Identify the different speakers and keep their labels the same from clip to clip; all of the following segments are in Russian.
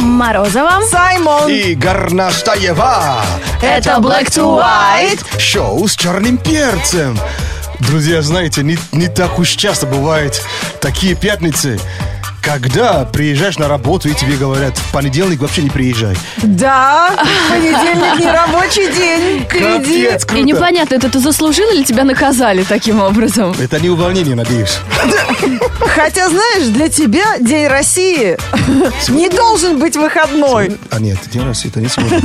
Speaker 1: Морозова.
Speaker 2: Саймон.
Speaker 3: И Горнаштаева.
Speaker 1: Это Black to White.
Speaker 3: Шоу с черным перцем. Друзья, знаете, не, не так уж часто бывают такие пятницы, когда приезжаешь на работу и тебе говорят, в понедельник вообще не приезжай.
Speaker 2: Да, понедельник не рабочий день. Кредит.
Speaker 3: Капец, круто.
Speaker 1: И непонятно, это ты заслужил или тебя наказали таким образом?
Speaker 3: Это не увольнение, надеюсь.
Speaker 2: Хотя, знаешь, для тебя День России не должен быть выходной.
Speaker 3: А нет, День России это не сможет.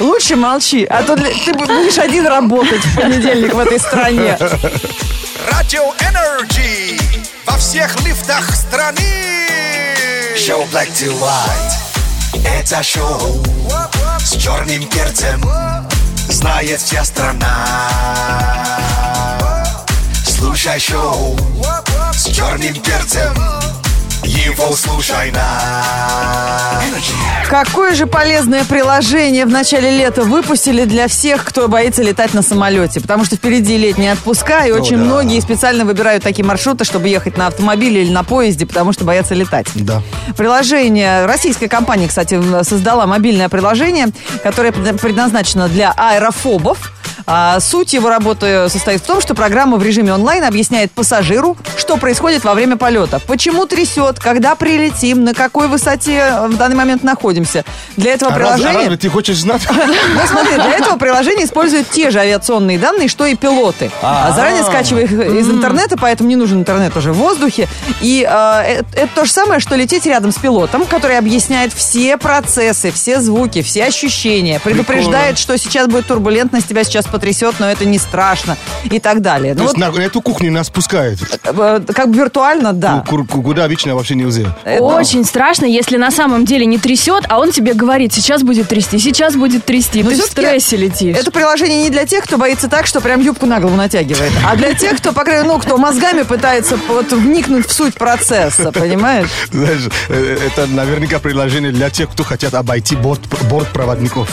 Speaker 2: Лучше молчи, а то для- ты будешь один работать в понедельник в этой стране.
Speaker 4: Радио Энерджи во всех лифтах страны. Шоу Black to White. Это шоу с черным перцем. Знает вся страна. Слушай шоу с черным перцем. Его слушай на Energy.
Speaker 2: Какое же полезное приложение в начале лета выпустили для всех, кто боится летать на самолете. Потому что впереди летние отпуска, и очень
Speaker 3: да.
Speaker 2: многие специально выбирают такие маршруты, чтобы ехать на автомобиле или на поезде, потому что боятся летать.
Speaker 3: Да.
Speaker 2: Приложение, российская компания, кстати, создала мобильное приложение, которое предназначено для аэрофобов. А суть его работы состоит в том, что программа в режиме онлайн объясняет пассажиру, что происходит во время полета. Почему трясет, когда прилетим, на какой высоте э, в данный момент находимся. Для этого
Speaker 3: А раз- а
Speaker 2: приложения...
Speaker 3: разве ты хочешь знать?
Speaker 2: Ну, смотри, для этого приложение использует те же авиационные данные, что и пилоты. А заранее скачивая их из интернета, поэтому не нужен интернет уже в воздухе. И э, э, это то же самое, что лететь рядом с пилотом, который объясняет все процессы, все звуки, все ощущения, предупреждает, что сейчас будет турбулентность, тебя сейчас потрясет, но это не страшно и так далее.
Speaker 3: То
Speaker 2: Ну,
Speaker 3: есть на эту кухню нас пускают.
Speaker 2: вот, э, как бы виртуально, да.
Speaker 3: Ку- ку- Куда вечно вообще нельзя.
Speaker 2: Это-
Speaker 1: Очень страшно, если на самом деле не трясет, а он тебе говорит, сейчас будет трясти, сейчас будет трясти.
Speaker 2: Но
Speaker 1: Ты в
Speaker 2: всё-таки
Speaker 1: стрессе летишь.
Speaker 2: Это приложение не для тех, кто боится так, что прям юбку на голову натягивает, а для тех, кто, по крайней мере, ну, кто мозгами пытается вот вникнуть в суть процесса, понимаешь?
Speaker 3: Знаешь, э, это наверняка приложение для тех, кто хотят обойти борт, бортпроводников.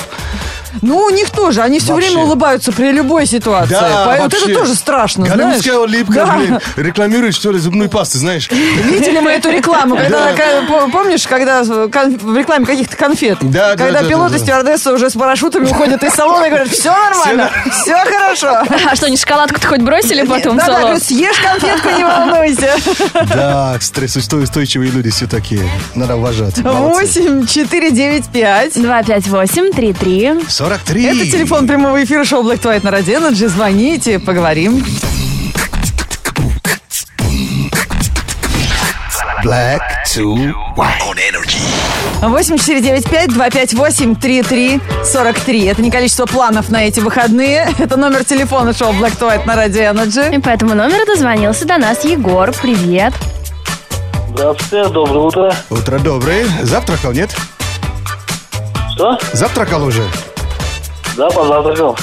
Speaker 2: Ну, у них тоже, они все
Speaker 3: Вообще.
Speaker 2: время улыбаются при любой ситуации. Поэтому вот это
Speaker 3: вообще.
Speaker 2: тоже страшно, знаешь?
Speaker 3: Голливудская улыбка,
Speaker 2: Да.
Speaker 3: блин, рекламирует, что ли, зубную пасту, знаешь.
Speaker 2: Видели мы эту рекламу, когда, такая, по- помнишь, когда в кон- в рекламе каких-то конфет,
Speaker 3: Да, да,
Speaker 2: когда
Speaker 3: да,
Speaker 2: пилоты
Speaker 3: да, да.
Speaker 2: и стюардессы уже с парашютами уходят из салона и говорят, все нормально, все хорошо.
Speaker 1: А что, не шоколадку-то хоть бросили потом в
Speaker 2: Да-да,
Speaker 1: салон?
Speaker 2: говорят, съешь конфетку, не волнуйся.
Speaker 3: Да, стрессоустойчивые люди все такие. Надо уважать. Молодцы.
Speaker 2: 8 4 9 5.
Speaker 1: 258-33.
Speaker 3: 43.
Speaker 2: Это телефон прямого эфира шоу Black to White на Radio Energy. Звоните, поговорим.
Speaker 4: Black to White. On Energy.
Speaker 2: 8495-258-3343. Это не количество планов на эти выходные. Это номер телефона шоу Black to White на Radio Energy.
Speaker 1: И по этому номеру дозвонился до нас Егор. Привет.
Speaker 5: Здравствуйте, доброе утро.
Speaker 3: Утро доброе. Завтракал, нет?
Speaker 5: Что?
Speaker 3: Завтракал уже.
Speaker 5: Да, позавтракал.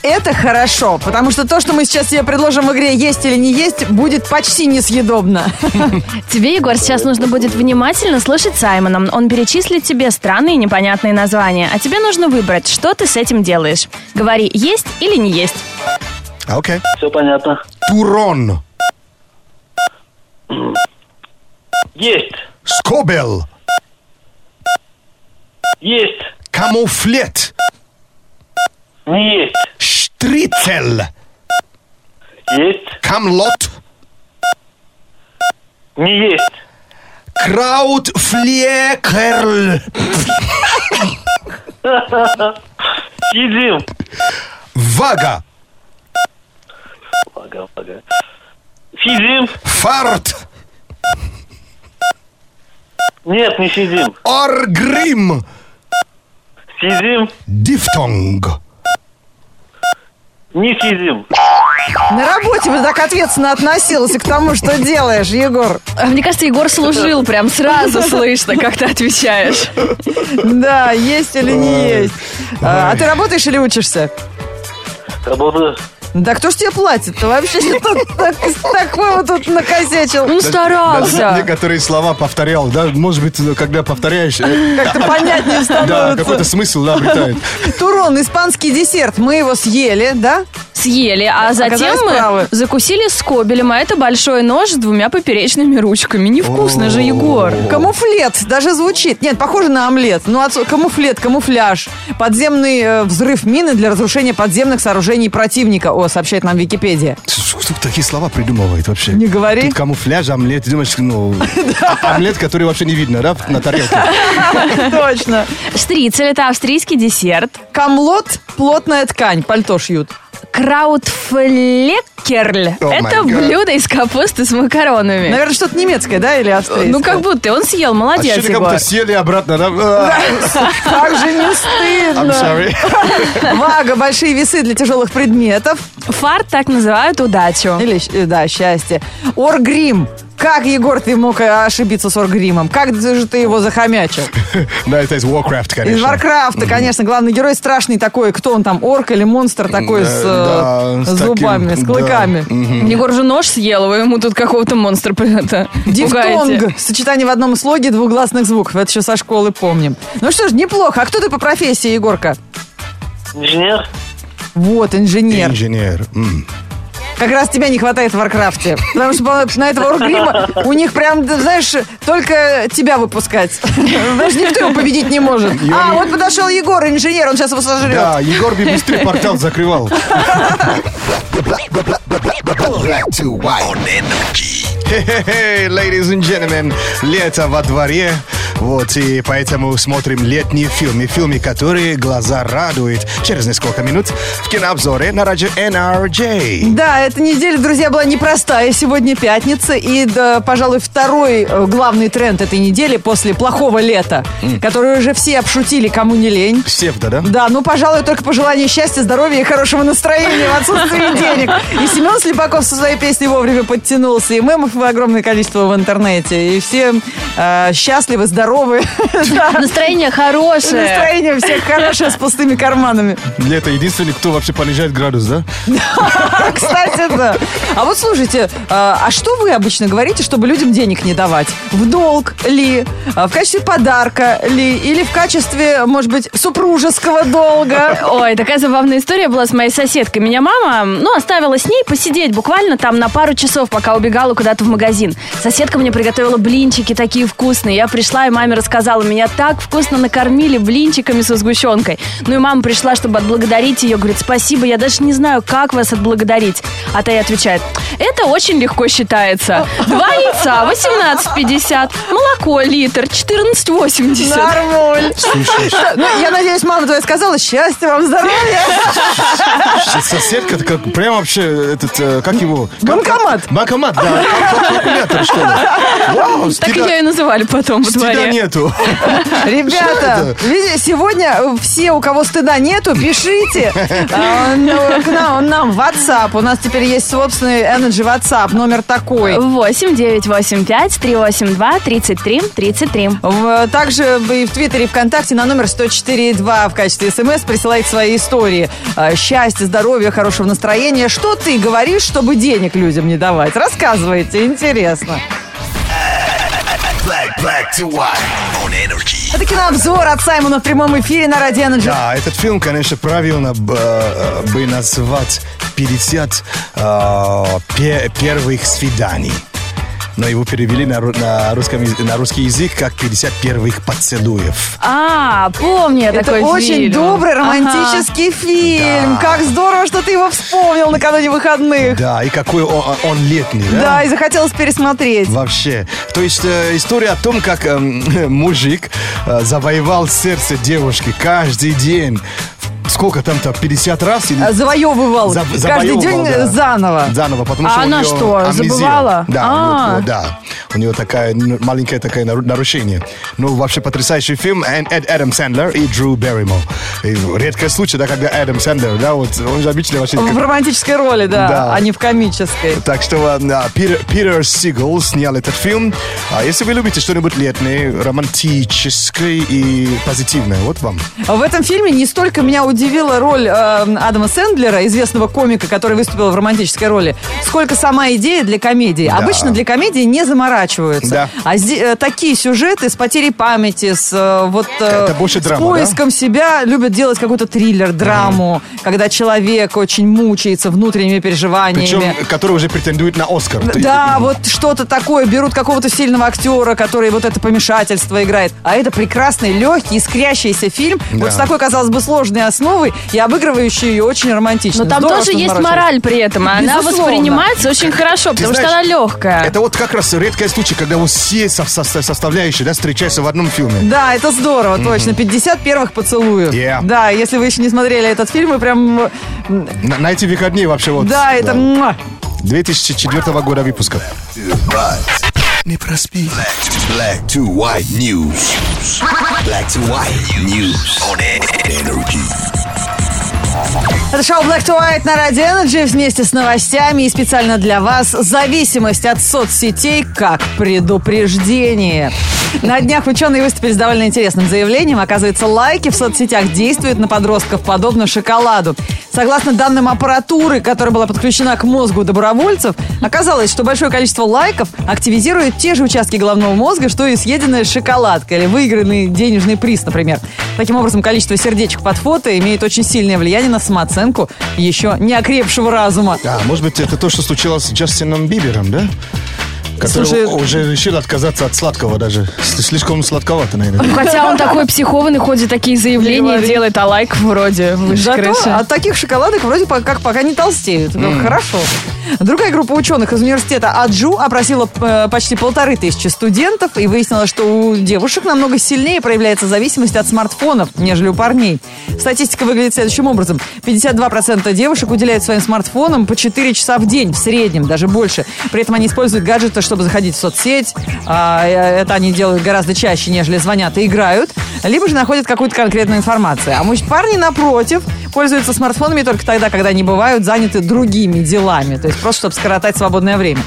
Speaker 2: Это хорошо, потому что то, что мы сейчас тебе предложим в игре «Есть или не есть», будет почти несъедобно.
Speaker 1: Тебе, Егор, сейчас нужно будет внимательно слушать Саймона. Он перечислит тебе странные и непонятные названия, а тебе нужно выбрать, что ты с этим делаешь. Говори, есть или не есть.
Speaker 3: А, Окей.
Speaker 5: Все понятно.
Speaker 3: Турон.
Speaker 5: Есть,
Speaker 3: Скобел.
Speaker 5: есть,
Speaker 3: Камуфлет.
Speaker 5: не есть,
Speaker 3: Штрицель.
Speaker 5: есть,
Speaker 3: Камлот.
Speaker 5: не есть.
Speaker 3: Краутфлекерл.
Speaker 5: Едим.
Speaker 3: Вага.
Speaker 5: Пога, пога. Сидим.
Speaker 3: Фарт.
Speaker 5: Нет, не сидим.
Speaker 3: Оргрим.
Speaker 5: Сидим,
Speaker 3: Дифтонг.
Speaker 5: не сидим.
Speaker 2: На работе бы так ответственно относился к тому, что делаешь, Егор.
Speaker 1: А Мне кажется, Егор служил, прям сразу слышно, как ты отвечаешь.
Speaker 2: Да, есть или не есть. А а ты работаешь или учишься?
Speaker 5: Работаю.
Speaker 2: Да кто ж тебе платит? Ты вообще что так- такого тут накосячил?
Speaker 1: Ну,
Speaker 3: Даже
Speaker 1: старался.
Speaker 3: некоторые слова повторял. Да, может быть, когда повторяешь, э,
Speaker 2: Как-то понятнее
Speaker 3: да,
Speaker 2: становится.
Speaker 3: какой-то смысл да, обретает.
Speaker 2: Турон, испанский десерт, мы его съели, да?
Speaker 1: съели, а затем
Speaker 2: Оказались
Speaker 1: мы
Speaker 2: правы.
Speaker 1: закусили скобелем, а это большой нож с двумя поперечными ручками. Невкусно же, Егор.
Speaker 2: Камуфлет, даже звучит. Нет, похоже на омлет. Ну, отсу- камуфлет, камуфляж. Подземный э, взрыв мины для разрушения подземных сооружений противника. О, сообщает нам Википедия.
Speaker 3: Кто такие слова придумывает вообще?
Speaker 2: Не говори.
Speaker 3: Тут камуфляж, омлет, ты думаешь, ну, омлет, который вообще не видно, да, на тарелке.
Speaker 2: Точно.
Speaker 1: Штрицель – это австрийский десерт.
Speaker 2: Камлот, плотная ткань, пальто шьют.
Speaker 1: Краутфлекерль –
Speaker 3: Oh my
Speaker 1: это
Speaker 3: God.
Speaker 1: блюдо из капусты с макаронами.
Speaker 2: Наверное, что-то немецкое, да, или австрийское?
Speaker 1: Ну, как будто. Он съел,
Speaker 3: А
Speaker 1: молодец,
Speaker 3: что ты как
Speaker 1: Егор.
Speaker 3: будто сели обратно, да? А,
Speaker 2: Как же не
Speaker 3: I'm
Speaker 2: стыдно.
Speaker 3: sorry.
Speaker 2: Вага, большие весы для тяжелых предметов.
Speaker 1: Фарт так называют удачу.
Speaker 2: Или, щ- э, да, счастье. Оргрим. Как, Егор, ты мог э, ошибиться с Оргримом? Как же ты его захомячил?
Speaker 3: Да, это из Warcraft,
Speaker 2: Из
Speaker 3: конечно.
Speaker 2: Варкрафта, конечно, главный герой страшный такой. Кто он там, орк или монстр такой с, э,
Speaker 3: Да,
Speaker 2: с
Speaker 3: с таким,
Speaker 2: зубами, с
Speaker 3: да.
Speaker 2: клыками?
Speaker 1: Егор же нож съел, вы ему тут какого-то монстра это, пугаете.
Speaker 2: Дифтонг. Сочетание в одном слоге двугласных звуков. Это еще со школы помним. Ну что ж, неплохо. А кто ты по профессии, Егорка?
Speaker 5: Инженер?
Speaker 2: Вот, инженер.
Speaker 3: Инженер. М.
Speaker 2: Как раз тебя не хватает в Варкрафте. Потому что по-моему, на этого Оргрима у них прям, да, знаешь, только тебя выпускать. Знаешь, никто его победить не может. А, вот подошел Егор, инженер, он сейчас его сожрет.
Speaker 3: Да, Егор бы быстрее портал закрывал.
Speaker 4: Black, black, black, black, black, black to white. On energy.
Speaker 3: Хе-хе-хе, ladies and gentlemen, лето во дворе. Вот, и поэтому смотрим летние фильмы. Фильмы, которые глаза радуют. Через несколько минут в кинообзоре на радио NRJ.
Speaker 2: Да, эта неделя, друзья, была непростая. Сегодня пятница, и, да, пожалуй, второй э, главный тренд этой недели после плохого лета, который уже все обшутили, кому не лень.
Speaker 3: Севда, да?
Speaker 2: Да, ну, пожалуй, только пожелание счастья, здоровья и хорошего настроения в отсутствии денег. И Семен Слепаков со своей песней вовремя подтянулся, и мемов огромное количество в интернете. И все э, счастливы, здоровы,
Speaker 1: Настроение хорошее.
Speaker 2: настроение у всех хорошее с пустыми карманами.
Speaker 3: Лето единственный, кто вообще понижает градус, да?
Speaker 2: Кстати, да. А вот слушайте, э, а что вы обычно говорите, чтобы людям денег не давать? В долг ли? э, В качестве подарка ли? Или в качестве, может быть, супружеского долга?
Speaker 1: Ой, такая забавная история была с моей соседкой. Меня мама, ну, оставила с ней посидеть буквально там на пару часов, пока убегала куда-то в магазин. Соседка мне приготовила блинчики такие вкусные. Я пришла, и маме рассказала, меня так вкусно накормили блинчиками со сгущенкой. Ну и мама пришла, чтобы отблагодарить ее. Говорит, спасибо, я даже не знаю, как вас отблагодарить. А та и отвечает, это очень легко считается. Два яйца, 18,50. Молоко литр, 14,80.
Speaker 2: Нормуль. Ну, я надеюсь, мама твоя сказала, счастья вам, здоровья.
Speaker 3: Сейчас Соседка, это как, прям вообще, этот, э, как его? Как-
Speaker 2: Банкомат.
Speaker 3: как- Банкомат, да. Как Калькулятор, что ли? Вау,
Speaker 1: Так
Speaker 3: стида-
Speaker 1: ее и называли потом во
Speaker 3: стида
Speaker 1: дворе.
Speaker 3: нету.
Speaker 2: Ребята, видите, сегодня все, у кого стыда нету, пишите э, ну, к нам, нам в WhatsApp. У нас теперь есть собственный Energy WhatsApp, номер такой.
Speaker 1: 8 9 8 5 3 8 2 33 33.
Speaker 2: В- также вы и в Твиттере, и ВКонтакте на номер 104.2 в качестве СМС присылайте свои истории. Э, Счастья, здоровья, хорошего настроения. Что ты говоришь, чтобы денег людям не давать? Рассказывайте, интересно.
Speaker 4: Black, black to white. On energy.
Speaker 2: Это кинообзор от Саймона в прямом эфире на Радио Energy.
Speaker 3: Да, этот фильм, конечно, правильно б- э, бы назвать 50 э, пе- первых свиданий. Но его перевели на, ру- на русском, яз- на русский язык как 50 первых поцелуев.
Speaker 1: А, помню я
Speaker 2: Это
Speaker 1: такой
Speaker 2: очень
Speaker 1: фильм.
Speaker 2: добрый
Speaker 1: Ага.
Speaker 2: романтический фильм. Как здорово, что ты его вспомнил накануне выходных.
Speaker 3: Да, и какой он, он летний, да?
Speaker 2: Да, и захотелось пересмотреть.
Speaker 3: Вообще. То есть э, история о том, как эм, мужик э, завоевал сердце девушки каждый день. Сколько там-то, 50 раз? Или...
Speaker 2: А, Завоевывал.
Speaker 3: Зав-
Speaker 2: Каждый
Speaker 3: завоевывал,
Speaker 2: день
Speaker 3: да.
Speaker 2: э, заново.
Speaker 3: Заново, потому
Speaker 1: А
Speaker 3: что у
Speaker 1: она
Speaker 3: нее
Speaker 1: что,
Speaker 3: амнезия.
Speaker 1: забывала?
Speaker 3: Да,
Speaker 1: А.
Speaker 3: у нее- да. У нее такая н- маленькая такая нару- нарушение. Ну, вообще потрясающий фильм. Эн- Эд- Эдам Сэндлер и Дрю Берримор. И Редкий случай, да, когда Эдам Сэндлер, да, вот он же обычно вообще... как-
Speaker 2: В романтической роли, да,
Speaker 3: Да.
Speaker 2: а не в комической.
Speaker 3: Так что э, да, Питер, Питер Сигал снял этот фильм. А если вы любите что-нибудь летнее, романтическое и позитивное, вот вам.
Speaker 2: В этом фильме не столько меня удивило удивила роль э, Адама Сэндлера, известного комика, который выступил в романтической роли, сколько сама идея для комедии. Обычно для комедии не заморачиваются.
Speaker 3: Да.
Speaker 2: А зде- э, такие сюжеты с потерей памяти, с, э, вот, э,
Speaker 3: Это больше
Speaker 2: с
Speaker 3: драма, да?
Speaker 2: поиском себя любят делать какой-то триллер, драму, когда человек очень мучается внутренними переживаниями.
Speaker 3: Причем, который уже претендует на Оскар. То есть-
Speaker 2: Да, вот что-то такое. Берут какого-то сильного актера, который вот это помешательство играет. А это прекрасный, легкий, искрящийся фильм. Вот
Speaker 3: Да.
Speaker 2: с такой, казалось бы, сложной основой и обыгрывающий ее очень романтично.
Speaker 1: Но там
Speaker 2: Здорово,
Speaker 1: тоже
Speaker 2: что
Speaker 1: есть
Speaker 2: заморочились.
Speaker 1: мораль при этом, а она
Speaker 2: Безусловно.
Speaker 1: воспринимается очень хорошо, потому что она
Speaker 3: знаешь,
Speaker 1: легкая.
Speaker 3: Это вот как раз редкий случай, когда вот все со- со- со- составляющие да, встречаются в одном фильме.
Speaker 2: Да, это здорово, точно. 50 первых поцелуев.
Speaker 3: Yeah.
Speaker 2: Да, если вы еще не смотрели этот фильм, вы прям... м,
Speaker 3: На, на эти выходные вообще вот.
Speaker 2: Да, это... муа.
Speaker 3: 2004 года выпуска.
Speaker 4: Не проспи. Black, black to white news. Black to white news. On energy.
Speaker 2: Это шоу Black to White на Радио Energy вместе с новостями и специально для вас зависимость от соцсетей как предупреждение. На днях ученые выступили с довольно интересным заявлением. Оказывается, лайки в соцсетях действуют на подростков подобно шоколаду. Согласно данным аппаратуры, которая была подключена к мозгу добровольцев, оказалось, что большое количество лайков активизирует те же участки головного мозга, что и съеденная шоколадка или выигранный денежный приз, например. Таким образом, количество сердечек под фото имеет очень сильное влияние на самооценку еще не окрепшего разума.
Speaker 3: Да, А, может быть, это то, что случилось с Джастином Бибером, да? Который
Speaker 2: Слушай-
Speaker 3: уже решил отказаться от сладкого даже. С- Слишком сладковато, наверное.
Speaker 1: Хотя он такой психованный, ходит такие
Speaker 2: Не
Speaker 1: заявления
Speaker 2: говори.
Speaker 1: делает, а лайк вроде выше
Speaker 2: Зато
Speaker 1: крыши.
Speaker 2: от таких шоколадок вроде пока, как пока не толстеют. Ну, Хорошо. Другая группа ученых из университета Аджу опросила э, почти полторы тысячи студентов и выяснила, что у девушек намного сильнее проявляется зависимость от смартфонов, нежели у парней. Статистика выглядит следующим образом. 52% девушек уделяют своим смартфонам по 4 часа в день в среднем, даже больше. При этом они используют гаджеты, чтобы заходить в соцсеть. А, э, Это они делают гораздо чаще, нежели звонят и играют. Либо же находят какую-то конкретную информацию. А мужч- парни, напротив, пользуются смартфонами только тогда, когда они бывают заняты другими делами. То есть просто, чтобы скоротать свободное время.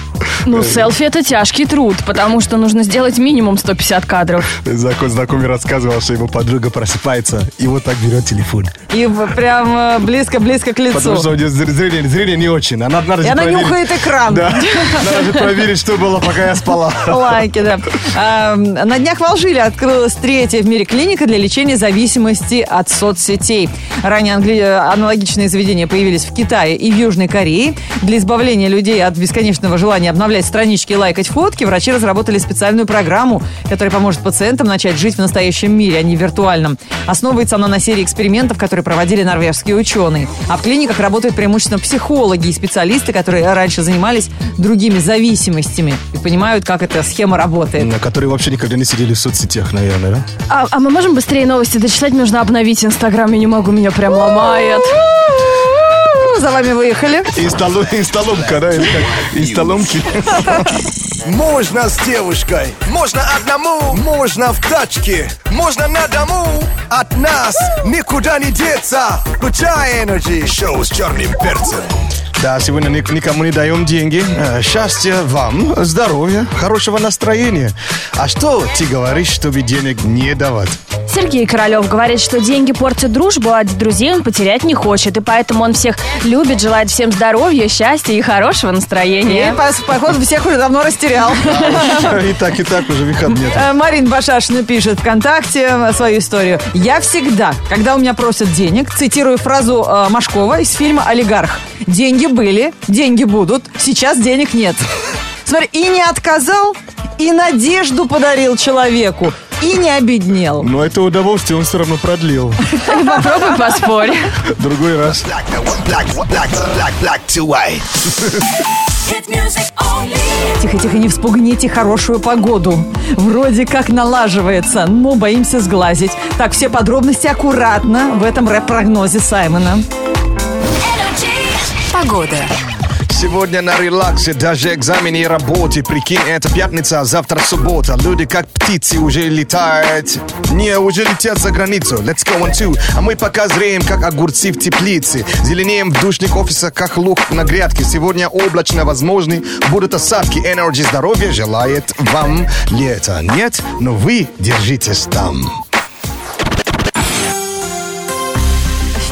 Speaker 1: Ну, селфи это тяжкий труд, потому что нужно сделать минимум 150 кадров.
Speaker 3: Знаком- Знакомый рассказывал, что его подруга просыпается, и вот так берет телефон.
Speaker 2: И в- прям э, близко-близко к лицу.
Speaker 3: Потому что у нее зр- зрение, зрение не очень. Она однажды
Speaker 2: И она
Speaker 3: проверит-
Speaker 2: нюхает экран.
Speaker 3: Да, надо же проверить, что было, пока я спала.
Speaker 2: Лайки, да. А, На днях в Алжире открылась третья в мире клиника для лечения зависимости от соцсетей. Ранее англи- э, аналогичные заведения появились в Китае и в Южной Корее. Для избавления людей от бесконечного желания обновлять странички и лайкать фотки, врачи разработали специальную программу, которая поможет пациентам начать жить в настоящем мире, а не виртуальном. Основывается она на серии экспериментов, которые проводили норвежские ученые. А в клиниках работают преимущественно психологи и специалисты, которые раньше занимались другими зависимостями и понимают, как эта схема работает.
Speaker 3: Которые вообще никогда не сидели в соцсетях, наверное, да?
Speaker 1: А, а мы можем быстрее новости дочитать? Нужно обновить Инстаграм, я не могу, меня прям ломает.
Speaker 2: Ну, За вами выехали.
Speaker 3: Инсталу- Инсталомка, да? или как? Инсталомки.
Speaker 6: Можно с девушкой, можно одному, можно в тачке, можно на дому. От нас никуда не деться. Включай Energy.
Speaker 4: Шоу с черным перцем.
Speaker 3: Да, сегодня ни- никому не даем деньги. Э, Счастья вам, здоровья, хорошего настроения. А что ты говоришь, чтобы денег не давать?
Speaker 1: Сергей Королев говорит, что деньги портят дружбу, а от друзей он потерять не хочет. И поэтому он всех любит, желает всем здоровья, счастья и хорошего
Speaker 2: И,
Speaker 1: настроения.
Speaker 2: по- походу, всех уже давно растерял.
Speaker 3: И так, и так уже выход нет.
Speaker 2: Э, Марин Башашина пишет ВКонтакте э, свою историю. Я всегда, когда у меня просят денег, цитирую фразу э, Машкова из фильма «Олигарх». «Деньги были, деньги будут, сейчас денег нет». Смотри, и не отказал, и надежду подарил человеку, и не обеднел.
Speaker 3: Но это удовольствие он все равно продлил.
Speaker 1: Попробуй поспорь.
Speaker 3: Другой раз.
Speaker 4: Black, black, black, black, black to white.
Speaker 7: Hit music only.
Speaker 2: Тихо-тихо, не вспугните хорошую погоду. Вроде как налаживается, но боимся сглазить. Так, все подробности аккуратно в этом рэп-прогнозе Саймона.
Speaker 7: Energy.
Speaker 3: Сегодня на релаксе, даже экзамене и работе. Прикинь, это пятница, а завтра суббота. Люди как птицы уже летают. Не, уже летят за границу. Let's go on two. А мы пока зреем, как огурцы в теплице. Зеленеем в душных офиса, как лук на грядке. Сегодня облачно возможны. Будут осадки. Energy здоровья желает вам лето. Нет, но вы держитесь там.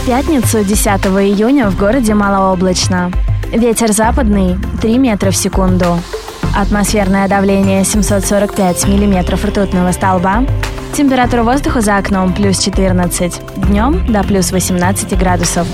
Speaker 1: пятницу, 10 июня, в городе малооблачно. Ветер западный 3 метра в секунду. Атмосферное давление 745 миллиметров ртутного столба. Температура воздуха за окном плюс 14. Днем до плюс 18 градусов.